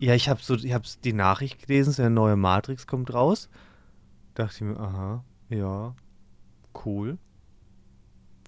[SPEAKER 2] Ja, ich habe so, ich hab's die Nachricht gelesen, so eine neue Matrix kommt raus. Dachte ich mir, aha, ja, cool.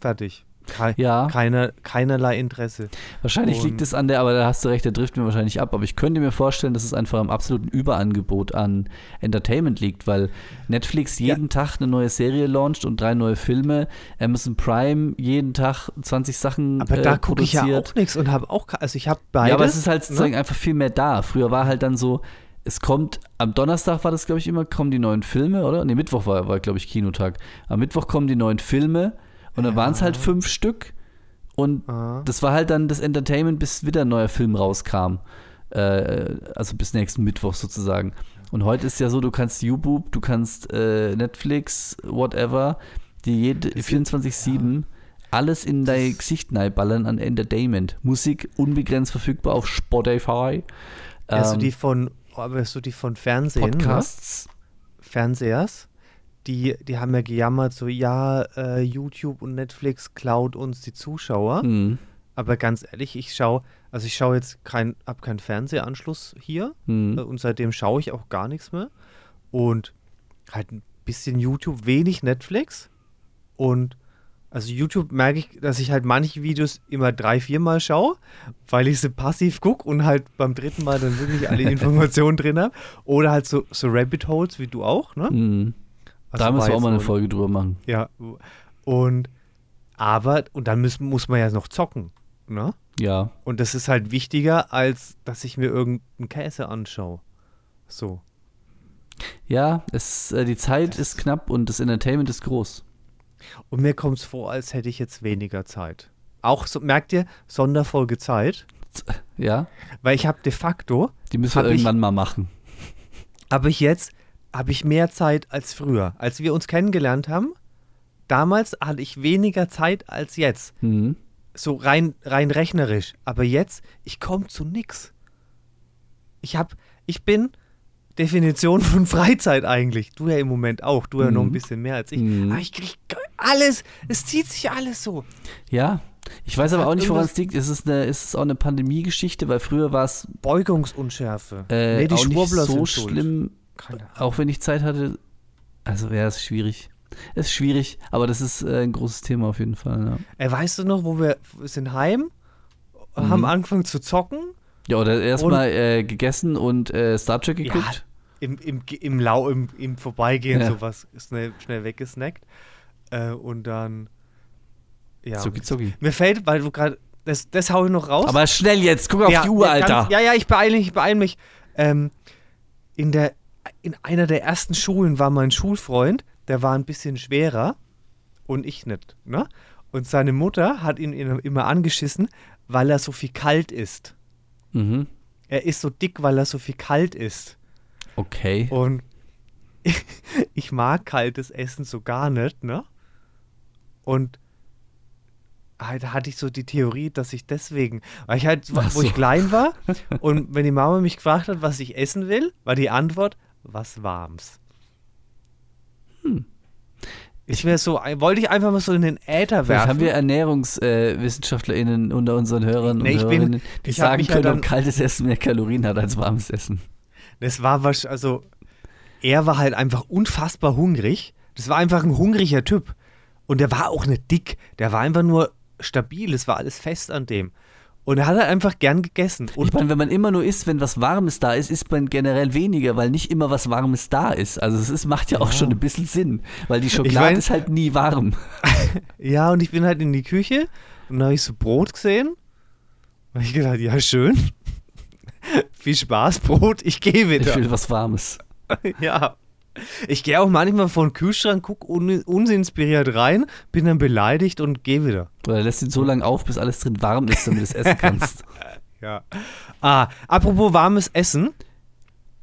[SPEAKER 2] Fertig. Kei
[SPEAKER 1] Ja.
[SPEAKER 2] keiner, keinerlei Interesse.
[SPEAKER 1] Wahrscheinlich
[SPEAKER 2] Und-
[SPEAKER 1] liegt es an der, aber da hast du recht, der trifft mir wahrscheinlich ab. Aber ich könnte mir vorstellen, dass es einfach am absoluten Überangebot an Entertainment liegt, weil Netflix jeden Tag eine neue Serie launcht und drei neue Filme, Amazon Prime jeden Tag 20 Sachen
[SPEAKER 2] Aber
[SPEAKER 1] äh,
[SPEAKER 2] da gucke ich ja
[SPEAKER 1] produziert.
[SPEAKER 2] auch nichts und habe auch, ke- also ich habe beides.
[SPEAKER 1] ja, aber es ist halt sozusagen
[SPEAKER 2] ne?
[SPEAKER 1] einfach viel mehr da. Früher war halt dann so, es kommt, am Donnerstag war das, glaube ich, immer, kommen die neuen Filme, oder? Nee, Mittwoch war, war glaube ich, Kinotag. Am Mittwoch kommen die neuen Filme und dann waren es halt fünf Stück. Und
[SPEAKER 2] Ah.
[SPEAKER 1] das war halt dann das Entertainment, bis wieder ein neuer Film rauskam. Äh, also bis nächsten Mittwoch sozusagen. Und heute ist ja so, du kannst YouBoob, du kannst äh, Netflix, whatever, die jede 24-7 alles in dein Gesicht ballern an Entertainment. Musik unbegrenzt verfügbar auf Spotify,
[SPEAKER 2] Ja, so
[SPEAKER 1] ähm,
[SPEAKER 2] die von, aber so die von Fernsehen,
[SPEAKER 1] Podcasts.
[SPEAKER 2] ne? Fernsehers, die, die haben ja gejammert, so ja, äh, YouTube und Netflix klaut uns die Zuschauer.
[SPEAKER 1] Mhm.
[SPEAKER 2] Aber ganz ehrlich, ich schaue, also ich schaue jetzt kein, hab keinen Fernsehanschluss hier
[SPEAKER 1] Mhm.
[SPEAKER 2] äh, und seitdem schaue ich auch gar nichts mehr. Und halt ein bisschen YouTube, wenig Netflix. Und also YouTube merke ich, dass ich halt manche Videos immer drei, viermal schaue, weil ich sie passiv gucke und halt beim dritten Mal dann wirklich alle Informationen drin habe. Oder halt so, so Rabbit Holes wie du auch, ne?
[SPEAKER 1] Mhm.
[SPEAKER 2] Also
[SPEAKER 1] da
[SPEAKER 2] war
[SPEAKER 1] müssen wir auch
[SPEAKER 2] jetzt
[SPEAKER 1] mal eine
[SPEAKER 2] so-
[SPEAKER 1] Folge drüber machen.
[SPEAKER 2] Ja. Und aber, und dann müssen, muss man ja noch zocken, ne?
[SPEAKER 1] Ja.
[SPEAKER 2] Und das ist halt wichtiger, als dass ich mir irgendeinen Käse anschaue. So.
[SPEAKER 1] Ja, es, äh, die Zeit ist knapp und das Entertainment ist groß.
[SPEAKER 2] Und mir kommt es vor, als hätte ich jetzt weniger Zeit. Auch so, merkt ihr, Sonderfolge Zeit,
[SPEAKER 1] Ja,
[SPEAKER 2] weil ich habe de facto,
[SPEAKER 1] die müssen
[SPEAKER 2] Hab
[SPEAKER 1] wir
[SPEAKER 2] ich-
[SPEAKER 1] irgendwann mal machen.
[SPEAKER 2] habe ich jetzt, habe ich mehr Zeit als früher. Als wir uns kennengelernt haben, damals hatte ich weniger Zeit als jetzt.
[SPEAKER 1] Mhm.
[SPEAKER 2] So rein, rein rechnerisch. Aber jetzt, ich komme zu nix. Ich hab, ich bin Definition von Freizeit eigentlich. Du ja im Moment auch. Du ja noch ein
[SPEAKER 1] Mhm.
[SPEAKER 2] bisschen mehr als ich.
[SPEAKER 1] Mhm.
[SPEAKER 2] Aber ich krieg ge- alles. Es zieht sich alles so.
[SPEAKER 1] Ja, ich weiß aber
[SPEAKER 2] Hat
[SPEAKER 1] auch nicht, woran es liegt.
[SPEAKER 2] irgendwas-
[SPEAKER 1] Ist es, eine, ist es auch eine Pandemie-Geschichte? Weil früher war es
[SPEAKER 2] Beugungsunschärfe.
[SPEAKER 1] äh,
[SPEAKER 2] nee, die
[SPEAKER 1] auch nicht
[SPEAKER 2] Schwurbler
[SPEAKER 1] so
[SPEAKER 2] sind schuld.
[SPEAKER 1] schlimm,
[SPEAKER 2] Keine Ahnung.
[SPEAKER 1] auch wenn ich Zeit hatte. Also wäre es schwierig. Es ist schwierig, aber das ist äh, ein großes Thema auf jeden Fall. Ja,
[SPEAKER 2] Ey, Äh, weißt du noch, wo wir wir sind heim,
[SPEAKER 1] Mhm.
[SPEAKER 2] haben angefangen zu zocken?
[SPEAKER 1] ja oder erstmal äh, gegessen und äh, Star Trek geguckt.
[SPEAKER 2] Im, im, im Lau, im, im Vorbeigehen
[SPEAKER 1] Ja.
[SPEAKER 2] sowas schnell, schnell weggesnackt. Äh, und dann. Ja.
[SPEAKER 1] Zucki, zucki.
[SPEAKER 2] Mir fällt, weil du gerade. Das, das hau ich noch raus.
[SPEAKER 1] Aber schnell jetzt, guck auf die Uhr,
[SPEAKER 2] ja, ganz-
[SPEAKER 1] Alter.
[SPEAKER 2] Ja, ja, ich beeile mich, ich beeile mich. Ähm, in, der, in einer der ersten Schulen war mein Schulfreund, der war ein bisschen schwerer und ich nicht. Ne? Und seine Mutter hat ihn in- immer angeschissen, weil er so viel kalt ist.
[SPEAKER 1] Mhm.
[SPEAKER 2] Er ist so dick, weil er so viel kalt ist.
[SPEAKER 1] Okay.
[SPEAKER 2] Und ich, ich mag kaltes Essen so gar nicht, ne? Und halt, da hatte ich so die Theorie, dass ich deswegen, weil ich halt,
[SPEAKER 1] Ach
[SPEAKER 2] wo ich
[SPEAKER 1] so.
[SPEAKER 2] klein war und wenn die Mama mich gefragt hat, was ich essen will, war die Antwort, was warms.
[SPEAKER 1] Hm.
[SPEAKER 2] Ich mir so, ein- wollte ich einfach mal so in den Äther
[SPEAKER 1] Vielleicht
[SPEAKER 2] werfen.
[SPEAKER 1] haben wir ErnährungswissenschaftlerInnen unter unseren Hörern
[SPEAKER 2] Nee,
[SPEAKER 1] und
[SPEAKER 2] ich bin-
[SPEAKER 1] Hörerinnen, die
[SPEAKER 2] ich hab
[SPEAKER 1] sagen
[SPEAKER 2] mich ja
[SPEAKER 1] können,
[SPEAKER 2] dann-
[SPEAKER 1] ob kaltes Essen mehr Kalorien hat als warmes Essen.
[SPEAKER 2] Das war wahrscheinlich, also er war halt einfach unfassbar hungrig. Das war einfach ein hungriger Typ. Und der war auch nicht dick. Der war einfach nur stabil. Es war alles fest an dem. Und er hat halt einfach gern gegessen. Und
[SPEAKER 1] Ich meine, wenn man immer nur isst, wenn was Warmes da ist, isst man generell weniger, weil nicht immer was Warmes da ist. Also es ist, macht ja auch schon ein bisschen Sinn, weil die Schokolade
[SPEAKER 2] mein-
[SPEAKER 1] ist halt nie warm.
[SPEAKER 2] ja, und ich bin halt in die Küche und da habe ich so Brot gesehen. Und ich gedacht, ja, schön. Viel Spaß, Brot. Ich gehe wieder.
[SPEAKER 1] Ich will was Warmes.
[SPEAKER 2] Ja. Ich gehe auch manchmal vor den Kühlschrank, gucke un unsinspiriert rein, bin dann beleidigt und gehe wieder.
[SPEAKER 1] Oder lässt ihn so lange auf, bis alles drin warm ist, damit du es essen kannst.
[SPEAKER 2] Ja. Ah, apropos warmes Essen.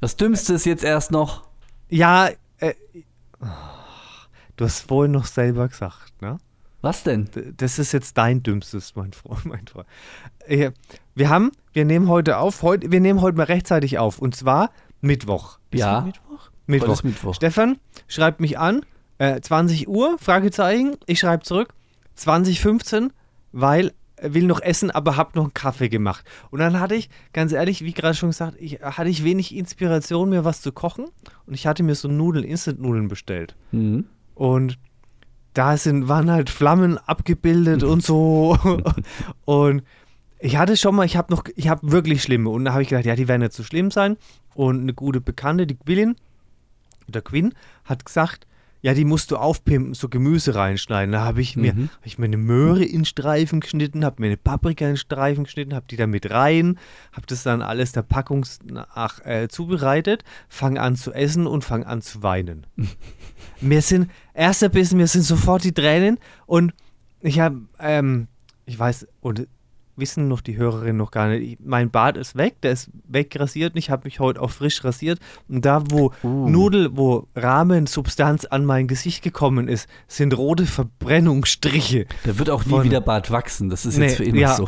[SPEAKER 1] Das Dümmste ist jetzt erst noch,
[SPEAKER 2] Ja, äh, du hast vorhin noch selber gesagt, ne?
[SPEAKER 1] was denn?
[SPEAKER 2] D- Das ist jetzt dein dümmstes, mein Freund, mein Freund. Äh, Wir haben, wir nehmen heute auf, heute, wir nehmen heute mal rechtzeitig auf und zwar Mittwoch.
[SPEAKER 1] Ja.
[SPEAKER 2] heute Mittwoch? Mittwoch.
[SPEAKER 1] Heute ist Mittwoch.
[SPEAKER 2] Stefan schreibt mich an, äh, 20 Uhr, Fragezeichen, ich schreibe zurück, 2015, weil will noch essen, aber habe noch einen Kaffee gemacht. Und dann hatte ich, ganz ehrlich, wie gerade schon gesagt, ich, hatte ich wenig Inspiration, mir was zu kochen. Und ich hatte mir so Nudeln, Instant-Nudeln bestellt.
[SPEAKER 1] Mhm.
[SPEAKER 2] Und da sind, waren halt Flammen abgebildet und so. und ich hatte schon mal, ich habe noch, ich habe wirklich schlimme. Und da habe ich gedacht, ja, die werden nicht so schlimm sein. Und eine gute Bekannte, die Quillin oder Quinn, hat gesagt, ja, die musst du aufpimpen, so Gemüse reinschneiden. Da habe ich, mir,
[SPEAKER 1] Mhm.
[SPEAKER 2] hab ich mir eine Möhre in Streifen geschnitten, habe mir eine Paprika in Streifen geschnitten, habe die da mit rein, habe das dann alles der Packung nach äh, zubereitet, fange an zu essen und fange an zu weinen. Mir sind, erster Bissen, mir sind sofort die Tränen und ich habe, ähm, ich weiß, und wissen noch die Hörerinnen noch gar nicht, ich, mein Bart ist weg, der ist wegrasiert und ich habe mich heute auch frisch rasiert und da, wo
[SPEAKER 1] Uh.
[SPEAKER 2] Nudel, wo Rahmensubstanz an mein Gesicht gekommen ist, sind rote Verbrennungsstriche.
[SPEAKER 1] Da wird auch nie
[SPEAKER 2] Voll.
[SPEAKER 1] wieder Bart wachsen. Das ist
[SPEAKER 2] Nee,
[SPEAKER 1] jetzt für immer
[SPEAKER 2] ja.
[SPEAKER 1] so.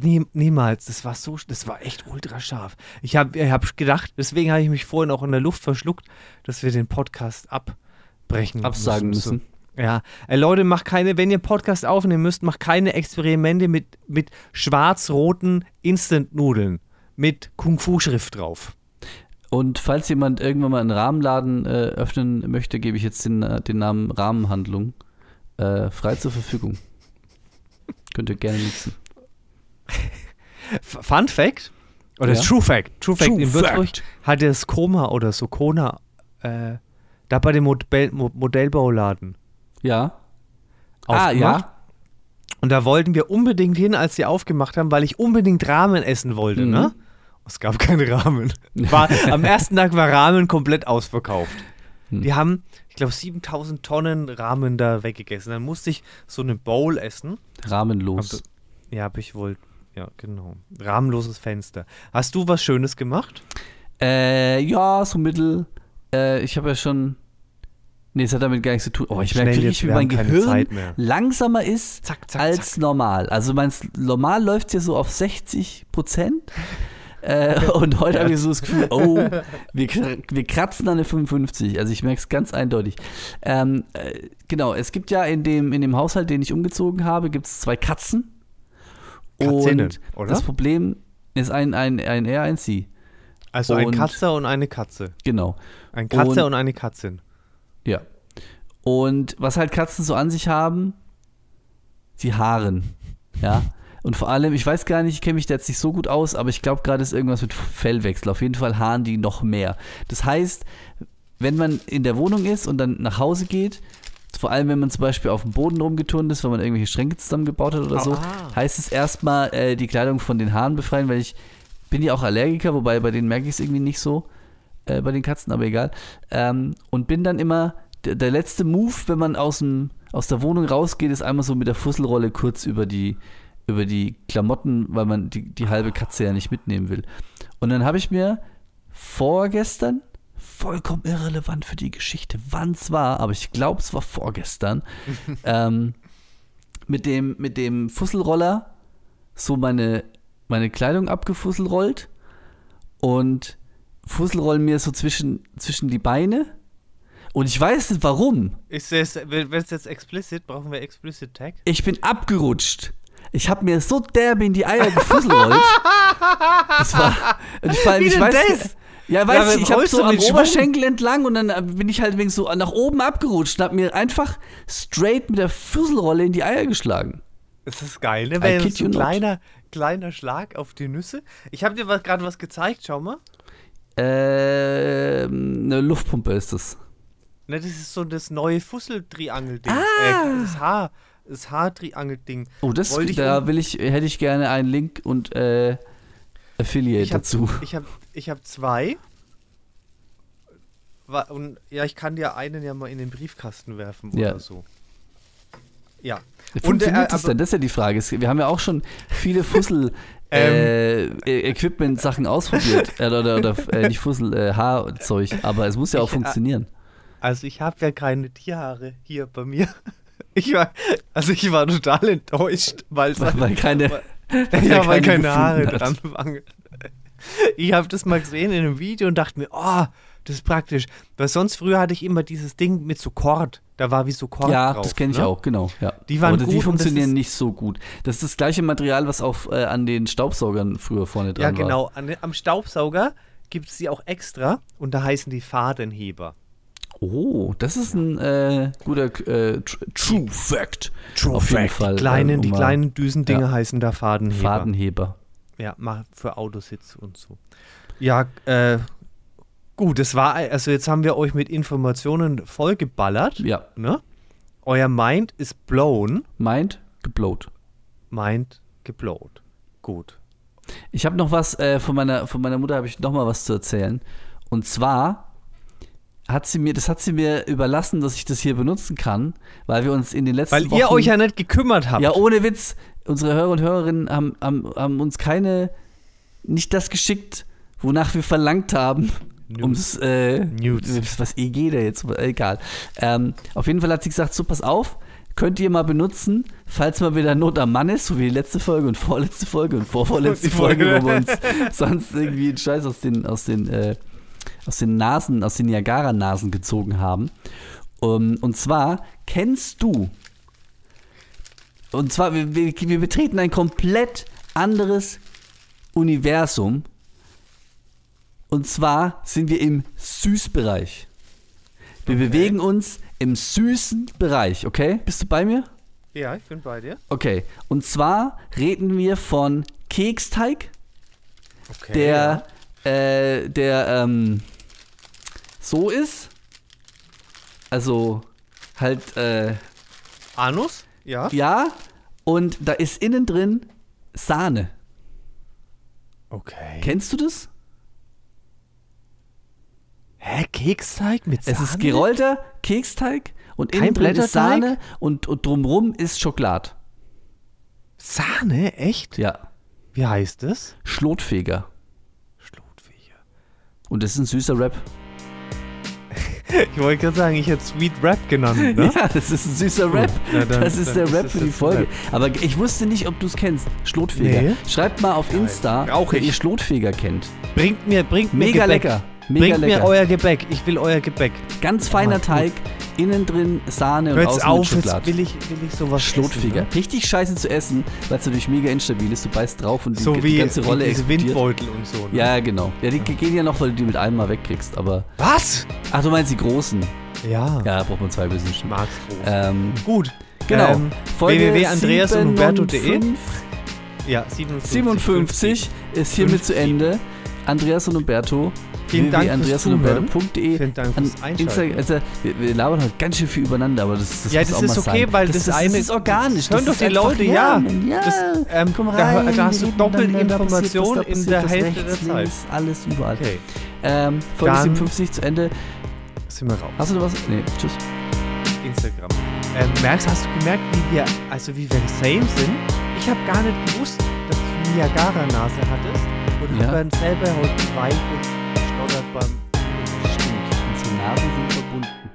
[SPEAKER 2] Nie, niemals, das war so, sch- das war echt ultra scharf. Ich habe ich hab gedacht, deswegen habe ich mich vorhin auch in der Luft verschluckt, dass wir den Podcast abbrechen
[SPEAKER 1] Absagen müssen.
[SPEAKER 2] Ja, äh, Leute, macht keine, wenn ihr Podcast aufnehmen müsst, macht keine Experimente mit, mit schwarz-roten Instant-Nudeln mit Kung-Fu-Schrift drauf.
[SPEAKER 1] Und falls jemand irgendwann mal einen Rahmenladen äh, öffnen möchte, gebe ich jetzt den, äh, den Namen Rahmenhandlung äh, frei zur Verfügung. Könnt ihr gerne nutzen.
[SPEAKER 2] F Fun Fact, oder
[SPEAKER 1] Ja.
[SPEAKER 2] True Fact, True Fact,
[SPEAKER 1] True
[SPEAKER 2] in Würzburg
[SPEAKER 1] Fact.
[SPEAKER 2] hat das Koma oder so Kona, äh, da bei dem Modell, Mo- Modellbauladen
[SPEAKER 1] Ja. Ah,
[SPEAKER 2] aufgemacht.
[SPEAKER 1] ja.
[SPEAKER 2] Und da wollten wir unbedingt hin, als sie aufgemacht haben, weil ich unbedingt Ramen essen wollte,
[SPEAKER 1] Mhm.
[SPEAKER 2] ne? Es gab keine Ramen. War, am ersten Tag war Ramen komplett ausverkauft.
[SPEAKER 1] Hm.
[SPEAKER 2] Die haben, ich glaube, 7000 Tonnen Ramen da weggegessen. Dann musste ich so eine Bowl essen.
[SPEAKER 1] Rahmenlos.
[SPEAKER 2] Ja, hab ich wohl. Ja, genau. Rahmenloses Fenster. Hast du was Schönes gemacht?
[SPEAKER 1] Äh, ja, so mittel. Äh, ich habe ja schon. Nee, es hat damit gar nichts zu tun. Oh, ich merke
[SPEAKER 2] Schnell
[SPEAKER 1] richtig,
[SPEAKER 2] jetzt,
[SPEAKER 1] wie
[SPEAKER 2] wir
[SPEAKER 1] mein
[SPEAKER 2] haben keine
[SPEAKER 1] Gehirn
[SPEAKER 2] Zeit mehr.
[SPEAKER 1] langsamer ist
[SPEAKER 2] Zack, zack,
[SPEAKER 1] als normal. Also meinst normal läuft ja so auf 60 Prozent. Äh, und heute habe ich so das Gefühl, oh, wir, kr- wir kratzen an der 55. Also ich merke es ganz eindeutig. Ähm, äh, genau, es gibt ja in dem, in dem Haushalt, den ich umgezogen habe, gibt es zwei Katzen.
[SPEAKER 2] Katzinnen,
[SPEAKER 1] und
[SPEAKER 2] oder?
[SPEAKER 1] das Problem ist ein, ein, ein R, ein Sie.
[SPEAKER 2] Also ein
[SPEAKER 1] Und-
[SPEAKER 2] Katzer und eine Katze.
[SPEAKER 1] Genau.
[SPEAKER 2] Ein Katzer
[SPEAKER 1] Und-
[SPEAKER 2] und, eine Katzin.
[SPEAKER 1] Ja. Und was halt Katzen so an sich haben, sie haaren. Ja. Und vor allem, ich weiß gar nicht, ich kenne mich da jetzt nicht so gut aus, aber ich glaube gerade ist irgendwas mit Fellwechsel. Auf jeden Fall haaren die noch mehr. Das heißt, wenn man in der Wohnung ist und dann nach Hause geht, vor allem wenn man zum Beispiel auf dem Boden rumgeturnt ist, wenn man irgendwelche Schränke zusammengebaut hat oder so,
[SPEAKER 2] Ah.
[SPEAKER 1] heißt es erstmal äh, die Kleidung von den Haaren befreien, weil ich bin ja auch Allergiker, wobei bei denen merke ich es irgendwie nicht so, äh, bei den Katzen, aber egal. Ähm, und bin dann immer, der, der letzte Move, wenn man aus, dem, aus der Wohnung rausgeht, ist einmal so mit der Fusselrolle kurz über die, über die Klamotten, weil man die, die halbe Katze ja nicht mitnehmen will. Und dann habe ich mir vorgestern, vollkommen irrelevant für die Geschichte, wann es war, aber ich glaube, es war vorgestern, ähm, mit, dem, mit dem Fusselroller so meine, meine Kleidung abgefusselrollt und Fusselrollen mir so zwischen, zwischen die Beine. Und ich weiß nicht warum.
[SPEAKER 2] Ist es, wird es jetzt explicit? Brauchen wir explicit Tag?
[SPEAKER 1] Ich bin abgerutscht. Ich habe mir so derbe in die Eier gefusselrollt. Das war. Und ich, vor allem,
[SPEAKER 2] Wie
[SPEAKER 1] ich
[SPEAKER 2] denn
[SPEAKER 1] weiß,
[SPEAKER 2] das?
[SPEAKER 1] Ja, weiß
[SPEAKER 2] Ja,
[SPEAKER 1] ich, ich habe
[SPEAKER 2] rollst
[SPEAKER 1] so
[SPEAKER 2] du
[SPEAKER 1] am
[SPEAKER 2] mit Schwung?
[SPEAKER 1] Oberschenkel entlang und dann äh, bin ich halt wegen so nach oben abgerutscht und habe mir einfach straight mit der Fusselrolle in die Eier geschlagen.
[SPEAKER 2] Das ist geil, ne? Weil
[SPEAKER 1] kid
[SPEAKER 2] so
[SPEAKER 1] you
[SPEAKER 2] ein
[SPEAKER 1] not.
[SPEAKER 2] kleiner, kleiner Schlag auf die Nüsse. Ich habe dir was- gerade was gezeigt, schau mal.
[SPEAKER 1] Ähm, eine Luftpumpe ist das.
[SPEAKER 2] Ne, das ist so das neue Fusseltriangel-Ding.
[SPEAKER 1] Ah.
[SPEAKER 2] Äh, das Haar, das Haartriangel-Ding.
[SPEAKER 1] Oh, das
[SPEAKER 2] Wollte ich
[SPEAKER 1] da
[SPEAKER 2] um-
[SPEAKER 1] will ich, hätte ich gerne einen Link und äh, Affiliate
[SPEAKER 2] ich hab,
[SPEAKER 1] dazu.
[SPEAKER 2] Ich habe ich hab zwei. Wa- Und ja, ich kann dir einen ja mal in den Briefkasten werfen
[SPEAKER 1] Ja.
[SPEAKER 2] oder so. Ja.
[SPEAKER 1] Funktioniert
[SPEAKER 2] äh,
[SPEAKER 1] das
[SPEAKER 2] aber-
[SPEAKER 1] denn? Das ist ja die Frage. Es- Wir haben ja auch schon viele Fussel
[SPEAKER 2] Ähm.
[SPEAKER 1] äh, äh, Equipment Sachen ausprobiert äh, oder, oder äh, nicht Fussel äh, Haarzeug, aber es muss ja auch
[SPEAKER 2] Ich, äh,
[SPEAKER 1] funktionieren.
[SPEAKER 2] Also ich habe ja keine Tierhaare hier bei mir. Ich war, also ich war total enttäuscht, weil
[SPEAKER 1] Weil- weil keine- weil
[SPEAKER 2] ja, weil
[SPEAKER 1] keine
[SPEAKER 2] keine
[SPEAKER 1] gefunden
[SPEAKER 2] Haare
[SPEAKER 1] hat.
[SPEAKER 2] dran waren. Ich habe das mal gesehen in einem Video und dachte mir, oh, Das ist praktisch. Weil sonst früher hatte ich immer dieses Ding mit so Kord. Da war wie so Kord
[SPEAKER 1] Ja,
[SPEAKER 2] drauf.
[SPEAKER 1] das kenne ich
[SPEAKER 2] ne?
[SPEAKER 1] auch, genau. Ja.
[SPEAKER 2] Die waren
[SPEAKER 1] Aber
[SPEAKER 2] gut
[SPEAKER 1] die
[SPEAKER 2] und das
[SPEAKER 1] funktionieren
[SPEAKER 2] ist-
[SPEAKER 1] nicht so gut. Das ist das gleiche Material, was auf, äh, an den Staubsaugern früher vorne
[SPEAKER 2] Ja,
[SPEAKER 1] dran war.
[SPEAKER 2] genau. An, den- am Staubsauger gibt es die auch extra und da heißen die Fadenheber.
[SPEAKER 1] Oh, das ist ein äh, guter äh, tr- True Fact.
[SPEAKER 2] True
[SPEAKER 1] Auf jeden Fall.
[SPEAKER 2] Die kleinen,
[SPEAKER 1] ähm,
[SPEAKER 2] die
[SPEAKER 1] um mal
[SPEAKER 2] kleinen Düsendinger
[SPEAKER 1] Ja.
[SPEAKER 2] heißen da Fadenheber.
[SPEAKER 1] Fadenheber.
[SPEAKER 2] Ja, mal für Autositz und so. Ja, äh, gut, das war, also jetzt haben wir euch mit Informationen vollgeballert.
[SPEAKER 1] Ja,
[SPEAKER 2] Ne? Euer Mind ist blown,
[SPEAKER 1] meint, geblowt.
[SPEAKER 2] Mind geblowt. Gut.
[SPEAKER 1] Ich habe noch was äh, von meiner von meiner Mutter habe ich noch mal was zu erzählen und zwar hat sie mir das hat sie mir überlassen, dass ich das hier benutzen kann, weil wir uns in den letzten
[SPEAKER 2] Weil
[SPEAKER 1] Wochen
[SPEAKER 2] ihr euch ja nicht gekümmert habt.
[SPEAKER 1] ja oh. ohne Witz unsere Hörer und Hörerinnen haben, haben, haben uns keine nicht das geschickt, wonach wir verlangt haben.
[SPEAKER 2] Nudes.
[SPEAKER 1] Ums äh,
[SPEAKER 2] Nudes.
[SPEAKER 1] was EG da jetzt egal. Ähm, auf jeden Fall hat sie gesagt, so pass auf, könnt ihr mal benutzen, falls mal wieder Not am Mann ist, so wie die letzte Folge und vorletzte Folge und vorvorletzte
[SPEAKER 2] Die Folge.
[SPEAKER 1] Folge, wo wir uns sonst irgendwie einen Scheiß aus den aus den äh, aus den Nasen, aus den Niagara-Nasen gezogen haben. Um, und zwar kennst du und zwar, wir, wir, wir betreten ein komplett anderes Universum. Und zwar sind wir im Süßbereich. Wir bewegen uns im süßen Bereich, okay? Bist du bei mir?
[SPEAKER 2] ja, ich bin bei dir.
[SPEAKER 1] Okay. Und zwar reden wir von Keksteig,
[SPEAKER 2] Okay.
[SPEAKER 1] der, äh, der ähm, so ist. Also halt, äh,
[SPEAKER 2] Anus? Ja.
[SPEAKER 1] ja. Und da ist innen drin Sahne.
[SPEAKER 2] Okay.
[SPEAKER 1] Kennst du das?
[SPEAKER 2] Hä, Keksteig mit Sahne?
[SPEAKER 1] Es ist gerollter Keksteig und
[SPEAKER 2] Kein
[SPEAKER 1] innen drin ist
[SPEAKER 2] Blätterteig?
[SPEAKER 1] Sahne und, und drumrum ist Schokolad.
[SPEAKER 2] Sahne? Echt?
[SPEAKER 1] Ja.
[SPEAKER 2] Wie heißt das?
[SPEAKER 1] Schlotfeger.
[SPEAKER 2] Schlotfächer.
[SPEAKER 1] Und das ist ein süßer Rap.
[SPEAKER 2] Ich wollte gerade sagen, ich hätte Sweet Rap genannt, ne?
[SPEAKER 1] Ja, das ist ein süßer Rap.
[SPEAKER 2] na dann-
[SPEAKER 1] das ist
[SPEAKER 2] dann
[SPEAKER 1] der
[SPEAKER 2] ist
[SPEAKER 1] Rap
[SPEAKER 2] es
[SPEAKER 1] für die
[SPEAKER 2] jetzt ein
[SPEAKER 1] Folge.
[SPEAKER 2] Rap.
[SPEAKER 1] Aber ich wusste nicht, ob du es kennst. Schlotfeger.
[SPEAKER 2] Nee.
[SPEAKER 1] Schreibt mal auf Insta,
[SPEAKER 2] Brauch
[SPEAKER 1] wenn
[SPEAKER 2] ich.
[SPEAKER 1] ihr Schlotfeger kennt.
[SPEAKER 2] Bringt mir, bringt mir
[SPEAKER 1] Mega
[SPEAKER 2] Gebäck.
[SPEAKER 1] lecker. Mega
[SPEAKER 2] bringt mir
[SPEAKER 1] lecker.
[SPEAKER 2] euer Gebäck. Ich will euer Gebäck.
[SPEAKER 1] Ganz feiner
[SPEAKER 2] Mann, gut.
[SPEAKER 1] Teig, innen drin Sahne und
[SPEAKER 2] Hört's
[SPEAKER 1] außen mit
[SPEAKER 2] auf, jetzt
[SPEAKER 1] Schokolad.
[SPEAKER 2] will ich, will ich sowas
[SPEAKER 1] Schlotfeger.
[SPEAKER 2] essen, ne?
[SPEAKER 1] Richtig scheiße zu essen, weil es natürlich mega instabil ist. Du beißt drauf und
[SPEAKER 2] ne?
[SPEAKER 1] die,
[SPEAKER 2] So
[SPEAKER 1] die
[SPEAKER 2] wie
[SPEAKER 1] ganze Rolle
[SPEAKER 2] wie diese
[SPEAKER 1] explodiert.
[SPEAKER 2] Windbeutel und so. Ne?
[SPEAKER 1] Ja, genau. Ja, die gehen ja noch, weil du die mit einem mal wegkriegst, aber.
[SPEAKER 2] Was?
[SPEAKER 1] Ach, du meinst die großen.
[SPEAKER 2] Ja.
[SPEAKER 1] Ja, da braucht man zwei bisschen
[SPEAKER 2] Ich
[SPEAKER 1] schon.
[SPEAKER 2] mag's groß.
[SPEAKER 1] Ähm,
[SPEAKER 2] Gut.
[SPEAKER 1] genau.
[SPEAKER 2] Ähm,
[SPEAKER 1] Folge
[SPEAKER 2] www.andreasundhuberto.de. Ja, 57.
[SPEAKER 1] 57 ist hiermit
[SPEAKER 2] 50.
[SPEAKER 1] zu Ende. Andreas und Umberto.
[SPEAKER 2] Vielen Dank fürs
[SPEAKER 1] www.andreasundumberto.de.
[SPEAKER 2] Vielen Dank fürs
[SPEAKER 1] An
[SPEAKER 2] Einschalten.
[SPEAKER 1] Instagram, also, wir, wir labern halt ganz schön viel übereinander, aber das, das
[SPEAKER 2] Ja,
[SPEAKER 1] muss
[SPEAKER 2] das
[SPEAKER 1] auch
[SPEAKER 2] ist
[SPEAKER 1] mal
[SPEAKER 2] okay,
[SPEAKER 1] sein.
[SPEAKER 2] weil
[SPEAKER 1] das,
[SPEAKER 2] das
[SPEAKER 1] das,
[SPEAKER 2] eine-
[SPEAKER 1] ist organisch. das
[SPEAKER 2] Hören doch
[SPEAKER 1] ist
[SPEAKER 2] die
[SPEAKER 1] einfach-
[SPEAKER 2] Leute, ja.
[SPEAKER 1] Mann, ja.
[SPEAKER 2] Das, ähm,
[SPEAKER 1] Komm
[SPEAKER 2] da-
[SPEAKER 1] rein.
[SPEAKER 2] da hast
[SPEAKER 1] wir
[SPEAKER 2] du
[SPEAKER 1] reden
[SPEAKER 2] doppelte
[SPEAKER 1] miteinander, passiert was,
[SPEAKER 2] Information
[SPEAKER 1] da
[SPEAKER 2] in
[SPEAKER 1] passiert
[SPEAKER 2] der
[SPEAKER 1] was
[SPEAKER 2] Hälfte
[SPEAKER 1] rechts,
[SPEAKER 2] der Zeit.
[SPEAKER 1] links, Alles überall.
[SPEAKER 2] Okay,
[SPEAKER 1] Ähm, Folge
[SPEAKER 2] Dann-
[SPEAKER 1] 57 zu Ende.
[SPEAKER 2] sind wir raus.
[SPEAKER 1] Hast du noch was? Nee, tschüss.
[SPEAKER 2] Instagram. Ähm, merkst, hast du gemerkt, wie wir, also wie wir same sind? Ich habe gar nicht gewusst, dass du Niagara-Nase hattest und
[SPEAKER 1] Ja.
[SPEAKER 2] hab dann selber heute geweint und geschnoddert beim
[SPEAKER 1] Unsere Nasen sind verbunden.